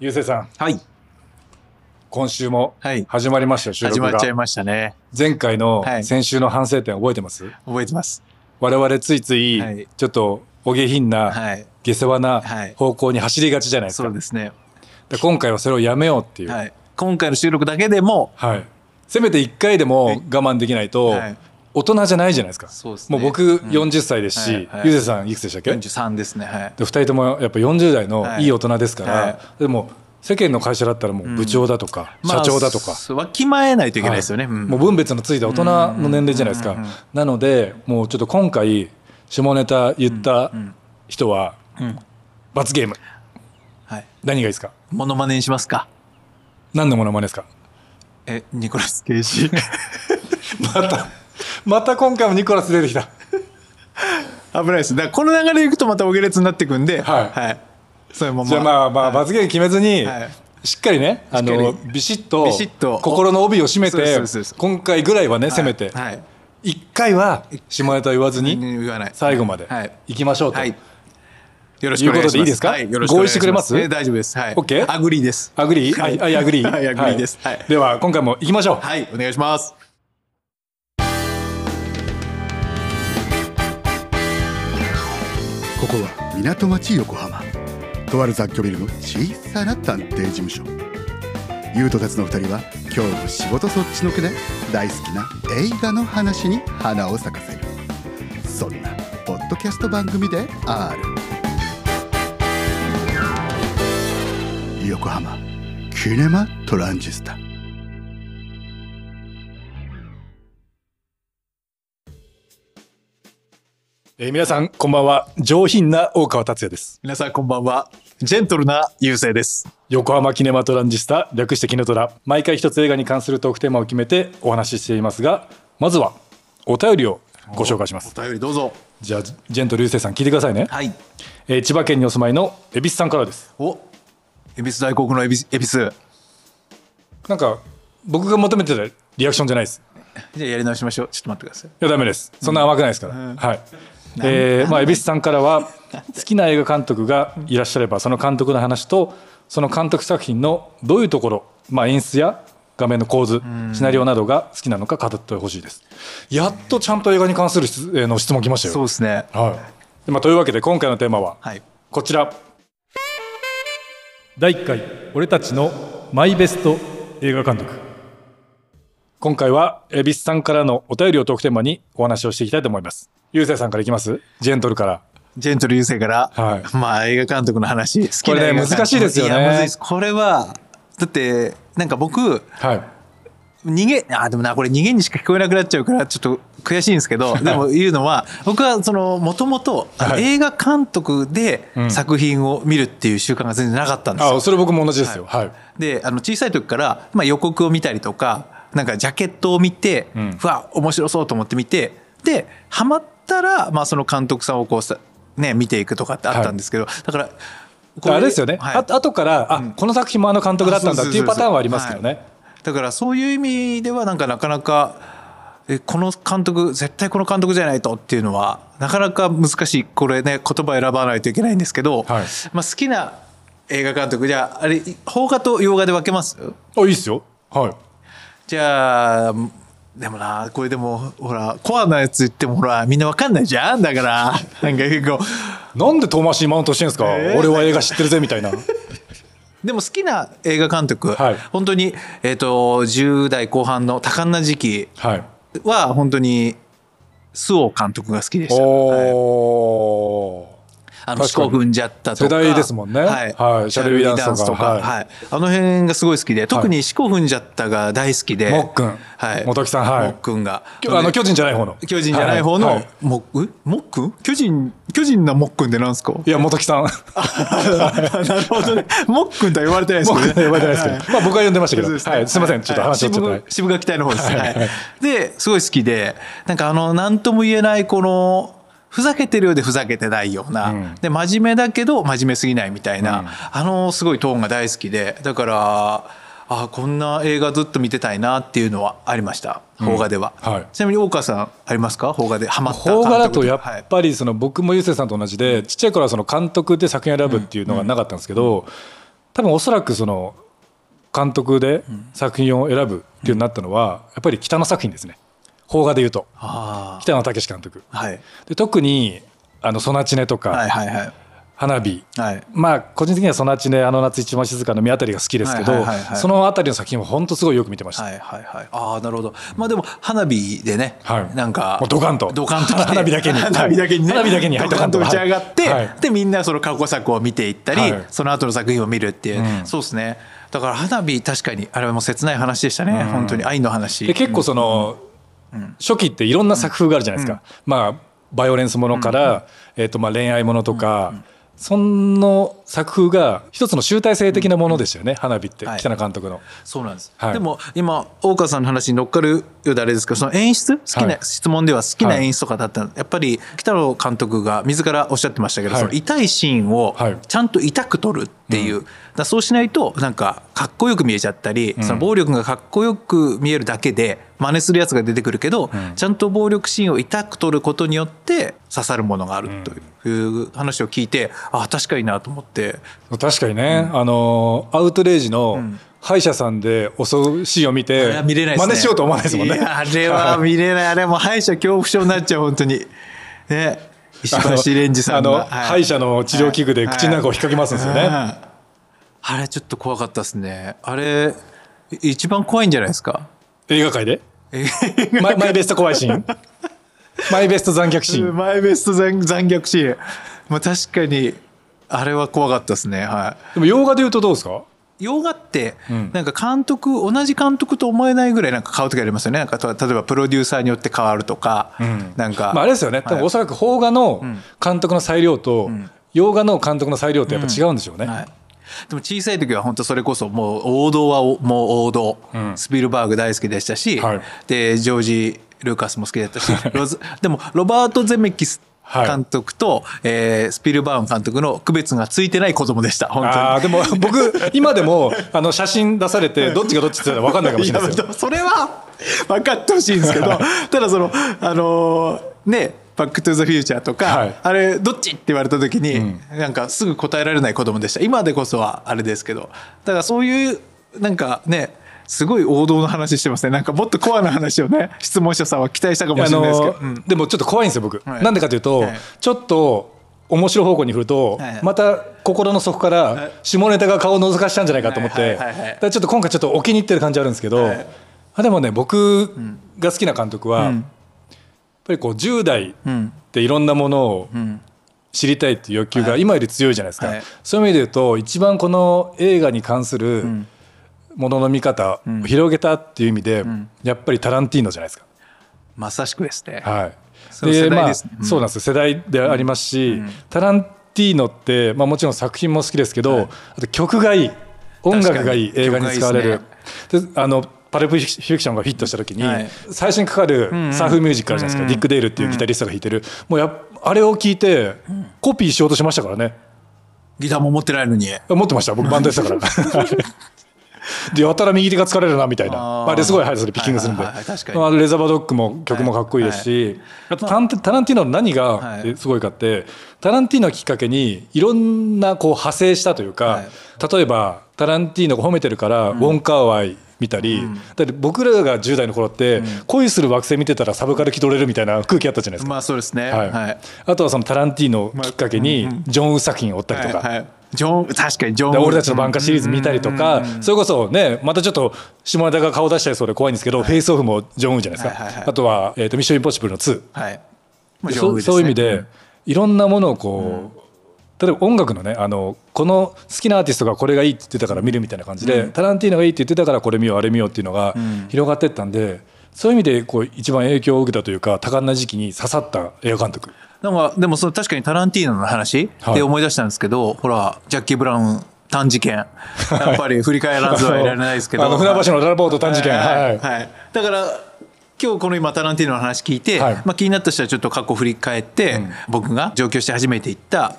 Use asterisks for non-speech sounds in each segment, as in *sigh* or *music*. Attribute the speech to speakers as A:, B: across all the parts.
A: ゆうせいさん、
B: はい。
A: 今週も
B: はい。
A: 始まりましたよ、収
B: 始
A: 録
B: まっ
A: が
B: ちゃ。いましたね。
A: 前回の
B: はい
A: 先週の反省点覚えてます、
B: 覚えてます。
A: 我々ついつい
B: はい、
A: ちょっとお下品な、
B: はい。
A: 下世話な
B: はい
A: 方向に走りがちじゃないです
B: そ
A: か。
B: うですね。
A: で今回はそれをやめようっていう。は。
B: はいい。今回の収録だけでも、
A: せめて1回でも我慢できないと、
B: はい
A: 大人じゃないじゃないですか。
B: そうですね
A: もう僕40歳ですし、
B: はいはい
A: ゆうせいさんいくつでしたっけ
B: 43ですね。はい。
A: で2人ともやっぱ40代のいい大人ですから、
B: はいは
A: でも世間の会社だったらもう部長だとか、社長だとか、
B: まあ、わきまえないといけないですよね。
A: は
B: うん
A: もう分別のついた大人の年齢じゃないですか、
B: うんうんうん
A: なのでもうちょっと今回下ネタ言った
B: うん
A: 人は
B: うん。
A: 罰ゲーム
B: はい。
A: 何がいいですか
B: モノマネにしますか。
A: 何のモノマネですか
B: え、ニコラス・ケイ *laughs* シー。
A: またまた今回もニコラス出てきた
B: 危ないです。だからこの流れでいくとまたお下劣になっていくんで、
A: はい
B: それ
A: *laughs*
B: も
A: じゃあまあまあ
B: はい
A: 罰ゲーム決めずに、
B: はい
A: しっかりねあの
B: しっかり
A: ビシッと
B: ビシッと
A: 心の帯を締め
B: そうですそ
A: て
B: うですそうです
A: 今回ぐらいはね、せめて、
B: はい。
A: 一回は下ネタ言わずに
B: 言わない。
A: 最後まで
B: はい
A: 行きましょうと、
B: はい。よろしくお願いし
A: いうこ
B: ます。
A: とでいいですか
B: はい、よろしくお願
A: 合
B: い
A: 意
B: し
A: してくれます
B: え大丈夫です。はい。
A: OK？
B: アグリーです。
A: アグリー
B: はい
A: アイアグリー
B: はいアグリーですはい
A: では今回も行きましょう
B: はい、お願いします。
C: ここは港町横浜とある雑居ビルの小さな探偵事務所優斗たちの2人は今日も仕事そっちのけで大好きな映画の話に花を咲かせるそんなポッドキャスト番組である横浜キネマトランジスタ
A: えー皆さんこんばんは上品な大川達也です
B: 皆さんこんばんは。ジェントルな優勢です。
A: 横浜キネマトランジスタ略してキネトラ毎回一つ映画に関するトークテーマを決めてお話ししていますがまずはお便りをご紹介します
B: お便りどうぞ。
A: じゃあジェント流星さん聞いてくださいね、
B: はい。
A: えー千葉県にお住まいの恵比寿さんからです
B: お、恵比寿大国の恵比寿恵比寿。
A: なんか僕が求めてたリアクションじゃないです
B: じゃあやり直しましょう。ちょっと待ってください。
A: いやダメですそんな甘くないですから、はいえーまあ恵比寿さんからは好きな映画監督がいらっしゃればその監督の話とその監督作品のどういうところ、まあ、演出や画面の構図シナリオなどが好きなのか語ってほしいですやっとちゃんと映画に関する質,、えーの質問来ましたよ
B: そうですね。
A: はいでまあ、というわけで今回のテーマは
B: はい。
A: こちら第1回俺たちのマイベスト映画監督今回は恵比寿さんからのお便りをトークテーマにお話をしていきたいと思いますゆうせいさんからいきますジェントルから
B: ジェントル優勢から、
A: はい
B: まあ映画監督の話、好き
A: こ
B: な
A: れね
B: 映画監督
A: 難しいですよね
B: いや、むずいです。これは、だって、なんか僕、
A: はい
B: 逃げあでもなこれ逃げにしか聞こえなくなっちゃうからちょっと悔しいんですけ *laughs* どでも言うのは僕はそのもともと
A: はい
B: 映画監督で
A: ん
B: 作品を見るっていう習慣が全然なかったんですよ。
A: あそれ僕も同じですよはい、
B: であの小さい時から、まあ、予告を見たりとかなんかジャケットを見て、
A: ん
B: ふわ面白そうと思って見てでハマったら、まあ、その監督さんをこうさ、ね、見ていくとかってあったんですけど、だからこれ
A: あれですよね、
B: はい
A: あ後からあ、この作品もあの監督だったんだっていうパターンはありますけどね、
B: はいだからそういう意味ではなんかなかなかえこの監督絶対この監督じゃないとっていうのはなかなか難しいこれね言葉選ばないといけないんですけど、
A: はい
B: まあ、好きな映画監督じゃああれ邦画と洋画で分けます
A: あいいっすよはい
B: じゃあでもなこれでもほらコアなやつ言ってもほらみんな分かんないじゃんだから *laughs* なんか結構
A: なんで遠回しにマウントしてんすか、
B: えー
A: 俺は映画知ってるぜみたいな
B: でも好きな映画監督、
A: はい
B: 本当に、えー、と10代後半の多感な時期
A: はい
B: は本当に周防監督が好きでした。はい
A: おー、
B: あの
A: 確かに
B: 四股踏んじゃったとか
A: 世代ですもんね
B: はい、
A: はい
B: シャルウィダンスとか、
A: は
B: はいいあの辺がすごい好きで、特に四股踏んじゃったが大好きで、
A: もっくん
B: はい、
A: もときさんはい
B: もっくんが、
A: きょあの巨人じゃない方の
B: 巨人じゃない方の、
A: はいはい
B: もっうもっくん、巨人巨人なもっくんってなんです *laughs* か？
A: いや元木さん
B: なるほどね、もっくんとは言われてないです
A: 僕
B: け
A: は
B: ど、ね、
A: 呼ばれてないですけど、
B: は
A: まあ、僕は呼んでましたけど、
B: そう
A: は
B: で
A: い、
B: す
A: す
B: ね
A: みません、ちょっと話をちょっと、
B: はい
A: はい
B: 渋、渋垣隊の方ですね、
A: は
B: はいいですごい好きでなんかあの何とも言えないこのふざけてるようでふざけてないような、
A: うん
B: で真面目だけど真面目すぎないみたいな、あのすごいトーンが大好きでだからあこんな映画ずっと見てたいなっていうのはありました邦画では、
A: うんはい
B: ちなみに大川さんありますか邦画でハマった監
A: 邦
B: 督
A: 画だとや
B: は
A: っ
B: い
A: ぱりその僕もゆうせいさんと同じでちっちゃい頃はその監督で作品を選ぶっていうのがなかったんですけど、多分おそらくその監督で作品を選ぶっていうようになったのは、やっぱり北野作品ですね邦画でいうと
B: あ
A: 北野武監督
B: あはい
A: で特にあのソナチネとか、
B: はいはいはい
A: 花火
B: はい
A: まあ個人的にはソナチネあの夏一番静かの見あたりが好きですけど、
B: はいはいはいはい
A: そのあたりの作品も本当すごいよく見てました、
B: はいはいはいああなるほどまあでも花火でね、
A: はい
B: なんか
A: もうドカンと
B: ドカンと来て
A: 花火だけに
B: *laughs* 花火だけにね
A: 花火だけにはい
B: ドカンと
A: ドカ
B: 打
A: ン
B: ち
A: と
B: 上がって、
A: はい
B: でみんなその過去作を見ていったり、
A: はい
B: その後の作品を見るっていう、
A: うん
B: そうですねだから花火確かにあれはもう切ない話でしたね、本当に愛の話
A: で結構その、初期っていろんな作風があるじゃないですか、まあバイオレンスものから、えっとまあ恋愛ものとか、その作風が一つの集大成的なものでしたよね、花火って、
B: はい
A: 北野監督の。
B: そうなんです、
A: はい
B: でも今大川さんの話に乗っかるようであれですけどその演出好きな、
A: はい
B: 質問では好きな演出とかだったの、やっぱり北野監督が自らおっしゃってましたけど、
A: はい
B: その痛いシーンを
A: はい
B: ちゃんと痛く撮るっていう、だからそうしないとなんかかっこよく見えちゃったり、その暴力がかっこよく見えるだけで真似するやつが出てくるけど、ちゃんと暴力シーンを痛く撮ることによって刺さるものがあるという話を聞いてあ確かになと思って
A: 確かにね、あのアウトレイジの歯医者さんで襲うシーンを見
B: あ
A: て、
B: れは見れないですね。
A: 真似しようと思わないですもんね
B: い。やあれは見れない。あれも歯医者恐怖症になっちゃう、本当に。ね。石橋蓮司さん
A: あの、
B: が。はい
A: 歯医者の治療器具で口の中を引っ掛けますんですよね。
B: はいうんあれちょっと怖かったですね。あれ、い一番怖いんじゃないですか。
A: 映画界で
B: え
A: マイマイベスト怖いシ
B: *laughs*
A: ーン。マイベスト残虐シーン。
B: マイベスト残残虐シーン。まあ確かに、あれは怖かったですね。はい。
A: でも洋画で言うとどうですか
B: 洋画って
A: ん
B: なんか監督、同じ監督と思えないぐらいなんか買う時ありますよねなんかと例えばプロデューサーによって変わるとか、なんか、
A: まあ、あれですよね、多分おそらく邦画の監督の裁量と、洋画の監督の裁量ってやっぱ違うんでしょうね。
B: はい、でも小さい時は本当それこそもう王道はおもう王道、
A: ん
B: スピルバーグ大好きでしたし、
A: はい
B: でジョージ・ルーカスも好きだったしロズでもロバート・ゼメキス
A: はい
B: 監督と、えースピルバーグ監督の区別がついてない子供でした本
A: ああ、
B: 当
A: でも僕、今でも、あの、写真出されて、どっちがどっちって言ったら分かんないかも
B: に。
A: し
B: い
A: れ
B: や
A: ないですよ。
B: でもそれは分かってほしいんですけ
A: *laughs*
B: どただそのあのーねバック・トゥ・ザ・フューチャーとか、
A: はい
B: あれどっちって言われた時に、なんかすぐ答えられない子供でした今でこそはあれですけどだからそういうなんかねすごい王道の話してますねなんかもっとコアな話をね質問者さんは期待したかも
A: あ
B: しれないですけど、
A: の、でもちょっと怖いんですよ、僕。
B: はい
A: なんでかというと、
B: はい
A: ちょっと、面白い方向に振ると、
B: はい
A: また心の底から下ネタが顔を覗かしたんじゃないかと思って、
B: はいはいはいはい
A: だからちょっと今回ちょっとお気に入ってる感じあるんですけど、
B: はい
A: あでもね僕が好きな監督は、
B: うん
A: やっぱりこう10代
B: うん
A: っていろんなものを
B: うん
A: 知りたいっていう欲求が今より強いじゃないですか、
B: はい
A: そういう意味で言うと一番この映画に関するものの見方を広げたっていう意味で、やっぱりタランティーノじゃないですか。
B: まさしくですね、
A: はい、
B: その世代ですね
A: まあ、そうなんですよ世代でありますし、タランティーノって、まあ、もちろん作品も好きですけど、あと曲がいい音楽がいい
B: 確かに
A: 映画に使われる
B: 曲が
A: であのパルプフィクションがフィットした時に、
B: はい
A: 最初にかかるサーフミュージックあるじゃないですか、ディック・デールっていうギタリストが弾いてる、もうやっあれを聞いてコピーしようとしましたからね
B: ギターも持ってないのに
A: 持ってました僕バンドやってたから
B: *laughs*
A: でやたら右手が疲れるなみたいな
B: あー
A: まあ、ですごい速さでピッキングするんで、
B: はいはいはいはい確かに
A: まあ、レザーバードッグも曲もかっこいいですし、あとタランテタランティーノの何
B: は
A: が
B: い
A: えすごいかって、タランティーノをきっかけにいろんなこう派生したというか、
B: はい
A: 例えばタランティーノが褒めてるから、ウォンカーワイ見たり、だって僕らが10代の頃って、恋する惑星見てたらサブカル気取れるみたいな空気あったじゃないですか。
B: まあそうですね
A: はい
B: はい
A: あとはそのタランティーノをきっかけにジョン・ウ作品を追ったりとか、
B: はいはいジョン確かにジョン
A: で俺たちのバンカシリーズ見たりとか、それこそねまたちょっと下ネタが顔出しちゃいそうで怖いんですけど、フェイスオフもジョンウンじゃないですか、
B: はいはいはい
A: あとは、えーと「ミッション・インポッシブル」の2、
B: はい
A: でそうそういう意味で、いろんなものをこう、例えば音楽のねあのこの好きなアーティストがこれがいいって言ってたから見るみたいな感じで、タランティーノがいいって言ってたからこれ見ようあれ見ようっていうのが広がってったんで、そういう意味でこう一番影響を受けたというか多感な時期に刺さった映画監督。
B: なんかでもその確かにタランティーノの話
A: はい
B: で思い出したんですけど、ほらジャッキー・ブラウン短事件やっぱり振 *laughs* り返らずはいられないですけど
A: あの船橋のララポート短事件、
B: はい
A: はい
B: はいだから今日この今タランティーノの話聞いて、
A: はい
B: まあ、気になった人はちょっと過去振り返って、僕が上京して初めて行った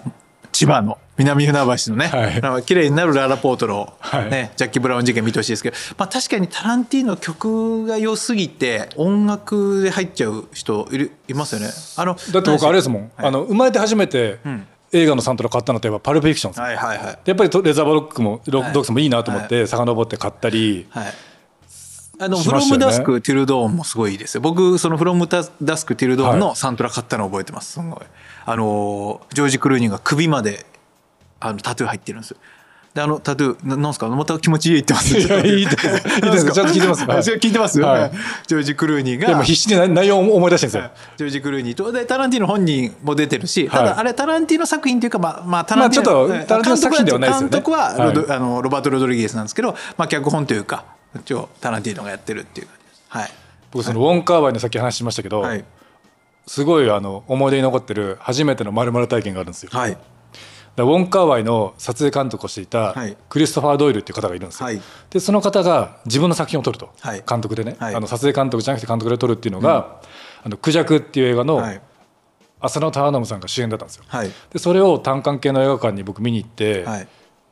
B: 千葉の南船橋のね、
A: はい
B: なんか綺麗になるララポートの、
A: はい
B: ねジャッキー・ブラウン事件見てほしいですけど、まあ、確かにタランティーノ曲が良すぎて音楽で入っちゃう人いるいますよね。あの
A: だって僕あれですもん、あの生まれて初めて映画のサントラ買ったのといえばパルプフィクションです、
B: はいはいはい
A: でやっぱりとレザーバーロックもロッ
B: は
A: ク
B: い
A: ドックスもいいなと思って遡って買ったり、
B: はい。あの、
A: し
B: フ
A: ま
B: ロ
A: したよね
B: ムダスク、ティルドーンもすごいいいですよ。僕、そのフロムダスク、ティルドーン
A: は
B: のサントラ買ったの覚えてます。すごい。あのー、ジョージ・クルーニーが首まで、あの、タトゥー入ってるんですよ。で、あの、タトゥー、ななんすかまた気持ちいいってます。
A: いやいい
B: *laughs*
A: ですいいですちゃんと聞いてますはい
B: あ聞いてますよ、
A: はい
B: ジョージ・クルーニーが。
A: でも必死で内内容を思い出してるんですよ、
B: ジョージ・クルーニーとでタランティーノ本人も出てるし、た
A: はい
B: だあれタランティーノ作品というか、まあ、まあタランティーノ、
A: まあちょっとタランティーノ作品ではないですよね
B: 監督は
A: はい
B: 監督はロドあのロバート・ロドリゲスなんですけど、まあ、脚本というか一応タランティーノがやってるっていう感じですはい
A: 僕そのウォン・カーバイのさっき話しましたけど、
B: はい
A: すごいあの思い出に残ってる初めての〇〇体験があるんですよ、
B: はい
A: だからウォン・カーワイの撮影監督をしていた
B: はい
A: クリストファー・ドイルっていう方がいるんですよ、
B: はい
A: でその方が自分の作品を撮ると、
B: はい
A: 監督でね、
B: はい
A: あの撮影監督じゃなくて監督で撮るっていうのが「あのクジャク」っていう映画の
B: はい
A: 浅野忠信さんが主演だったんですよ、
B: はい
A: でそれを単館系の映画館に僕見に行って、
B: はい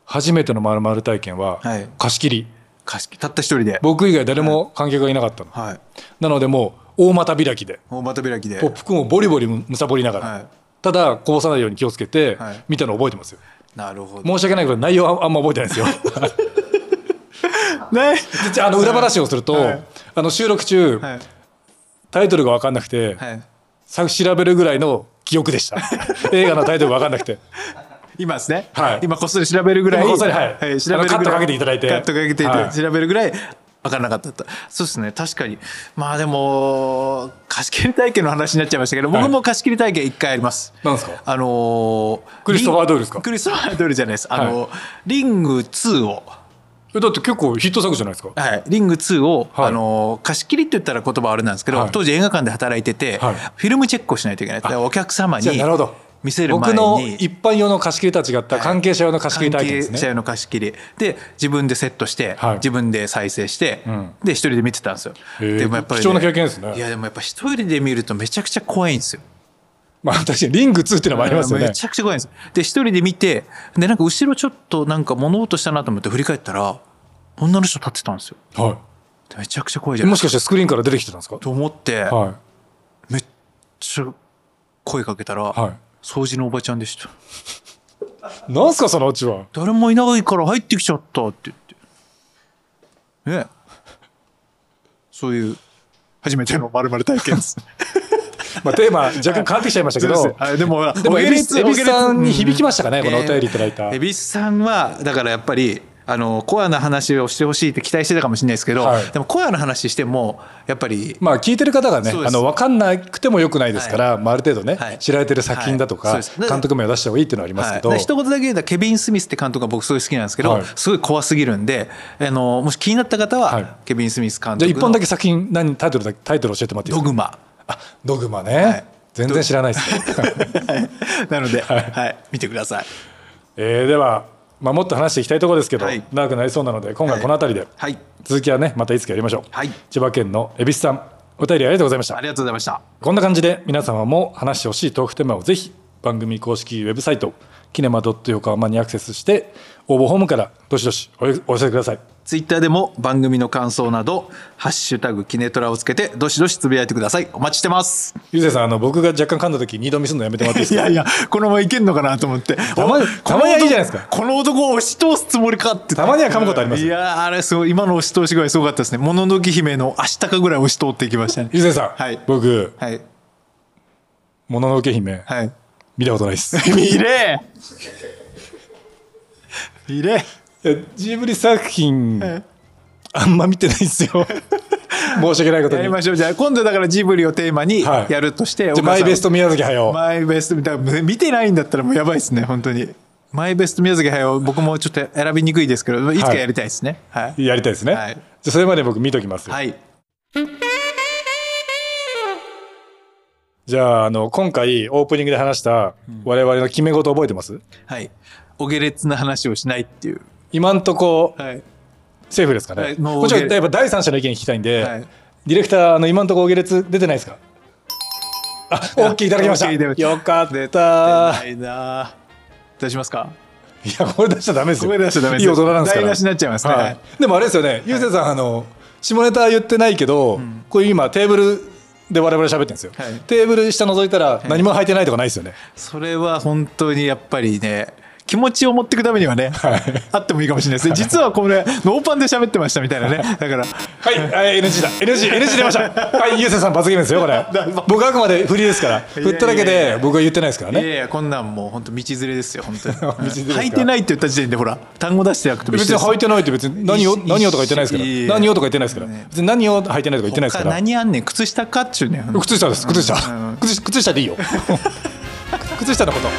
A: 初めての〇〇体験は
B: はい
A: 貸し切り
B: 貸し切りたった一人で
A: 僕以外誰も観客がいなかったの、
B: はい
A: なのでもう大股開きで
B: 大股開きで
A: ポップコーンをボリボリむむさぼりながら、
B: はい
A: ただこぼさないように気をつけて、
B: はい
A: 見たのを覚えてますよ
B: なるほど
A: 申し訳ないけど内容はあんま覚えてないんですよ
B: *laughs* ね
A: でじゃああの裏話をすると、
B: はい
A: あの収録中、
B: はい
A: タイトルが分かんなくて、
B: はい
A: さ調べるぐらいの記憶で
B: *laughs*
A: した映画のタイトルが分かんなくて
B: 今ですね、
A: はい
B: 今こっそり調べるぐらい
A: 今こっそりはい
B: 調べるぐらい
A: あのカットかけていただいて
B: カットかけていただ
A: は
B: いて調べるぐらい分からなかったとそうですね確かにまあでも貸し切り体験の話になっちゃいましたけど僕も貸し切り体験一回あります、
A: なんですか
B: あのー
A: クリストファードイルですか
B: クリストファードイルじゃないですあのー、リング2を
A: えだって結構ヒット作じゃないですか
B: はい、リング2を、
A: はい
B: あの貸し切りって言ったら言葉はあれなんですけど、
A: はい
B: 当時映画館で働いてて、
A: はい
B: フィルムチェックをしないといけないだからお客様に
A: じゃあなるほど
B: 見せる前
A: 僕
B: に
A: の一般用の貸し切りとは違った関係者用の貸し切り体験です
B: 関係
A: ね、
B: 者用の貸し切りで自分でセットして、
A: はい
B: 自分で再生して、
A: ん
B: で一人で見てたんですよ
A: へー
B: でもやっぱり、
A: 貴重な経験ですね
B: いやでもやっぱ一人で見るとめちゃくちゃ怖いんですよ
A: まあ確かにリング2っていうのもありますよね
B: めちゃくちゃ怖いんですで一人で見てでなんか後ろちょっとなんか物音したなと思って振り返ったら女の人立ってたんですよ
A: は
B: でめちゃくちゃ怖い
A: い
B: じゃない
A: もし
B: ですか
A: かしてスクリーンから出てきてたんですか
B: と思って、
A: は
B: めっちゃ声かけたら、
A: はい
B: 掃除のおばちゃんでした
A: いなんすかそのうちは
B: 誰もいないから入ってきちゃったって言ってねそういう初めての丸々体験です
A: *laughs* まあテーマ若干変わってきちゃいましたけ
B: そう
A: ど
B: ですねあでもほら
A: でも
B: お下
A: エ
B: 劣
A: ビスエビスさんに響きましたかね、このお便りいただいた、
B: えびすさんはだからやっぱりあのコアな話をしてほしいって期待してたかもしれないですけど、
A: はい
B: でもコアな話してもやっぱり
A: まあ聞いてる方がね
B: そうで
A: あ
B: す
A: の分かんなくてもよくないですから、まあ、ある程度ね、
B: はい
A: 知られてる作品だとか、
B: はいそうです
A: 監督名を出した方がいいっていうのはありますけど、
B: はい、一言だけ言うとケビン・スミスって監督が僕すごい好きなんですけど、
A: はい
B: すごい怖すぎるんであのもし気になった方は、
A: はい
B: ケビン・スミス監
A: じゃあ
B: 督
A: 一
B: の
A: 本だけ作品何タイトルだタイトル教えてもらっていいで
B: ド
A: すか
B: グマ」
A: あドグマね、全然知らない
B: *laughs*
A: ですね
B: なので、はい見てください。
A: えーでは、まあ、もっと話していきたいところですけど、
B: はい
A: 長くなりそうなので今回この辺りで、
B: はい、
A: 続きはねまたいつかやりましょう、
B: はい
A: 千葉県の恵比寿さんお便りありがとうございました
B: ありがとうございました。
A: こんな感じで皆様も話してほしいトークテーマをぜひ番組公式ウェブサイトキネマドット横浜にアクセスして応募ホームからどしどしお寄お寄せください
B: ツイッターでも番組の感想など、ハッシュタグキネトラをつけて、どしどしつぶやいてください。お待ちしてます。
A: ゆうせいさんあの僕が若干噛んだ時二度見するのやめてもらっていいですか
B: やいや、このままいけんのかなと思って。た
A: まにたまにはいいじゃないですか
B: この男を押し通すつもりかって。
A: たまには噛むことあります
B: いや、あれ、すごい、今の押し通し具合すごかったですね。もののけ姫の明日かぐらい押し通っていきましたね。
A: ゆうせいさん、
B: *laughs* はい
A: 僕
B: はい。
A: もののけ姫、
B: はい。
A: 見たことないです
B: 見れ見れ
A: いやジブリ作品、あんま見てないです
B: *laughs*
A: よ申し訳ないこと
B: や
A: に
B: りましょう。じゃあ、今度だからジブリをテーマに
A: はい
B: やるとして、
A: じゃあマイベス
B: ト。
A: ト宮崎駿
B: マイベスト、だから見てないんだったらもうやばいですね、本当に。マイベスト宮崎駿、僕もちょっと選びにくいですけど、いつかやりたいですね。はい。
A: やりたいですね、
B: はい
A: じゃあそれまで僕見ときますよ、
B: はい。
A: じゃああの今回オープニングで話した我々の決め事覚えてます、
B: はい。お下劣な話をしないっていう。
A: 今んとこ
B: はい。
A: セーフですかね、
B: はいノー
A: もちろ
B: オー
A: ん
B: ゲ
A: やっぱ第三者の意見聞きたいんで、
B: はい
A: ディレクターあの今んとこお下列出てないですかあ OK いただきました
B: OK いただきました
A: よかったい
B: な
A: や
B: いな出しますか
A: これ出しちゃダメですよ
B: これ出しちゃダメです
A: いい大人なんですから
B: 台無しになっちゃいますね
A: はいでもあれですよね、ゆうせいさんあの下ネタ言ってないけど、こういう今テーブルで我々喋ってるんですよ、
B: はい
A: テーブル下覗いたら何も履いてないとかないですよね、
B: それは本当にやっぱりね気持ちを持っていくためにはね、あってもいいかもしれないですね実はこれノーパンで喋ってましたみたいなねだから
A: はい、はい、NG
B: *laughs*
A: だ NG NG 出ましたはいゆうせいさん罰ゲームですよこれ僕はあくまでフリーですから振っただけ
B: いやいやい
A: で
B: や
A: 僕は言ってないですから
B: い
A: ね
B: やいやこんなんもう本当道連れですよ本
A: *laughs*
B: 当に
A: 連れですか
B: 履いてないって言った時点でほら単語出してなくても
A: 別に履いてないって別に何を
B: 一緒
A: 何をとか言ってないですから
B: いやいや
A: 何をとか言ってないですから別に何を履いてないとか言ってないです
B: 他
A: から
B: 何あんねん靴下かっちゅうねん
A: 靴下です靴下
B: うん
A: 靴靴下でいいよ *laughs* 靴下のこと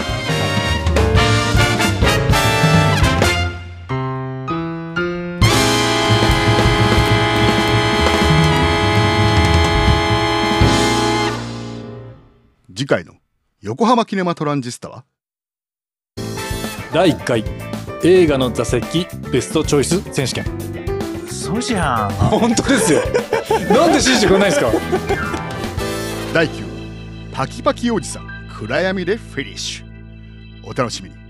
C: 次回の横浜キネマトランジスタは
A: 第1回映画の座席ベストチョイス選手権
B: そうじゃん
A: 本当ですよなんで信じてくれないんですか
C: 第9話パキパキおじさん暗闇でフィニッシュお楽しみに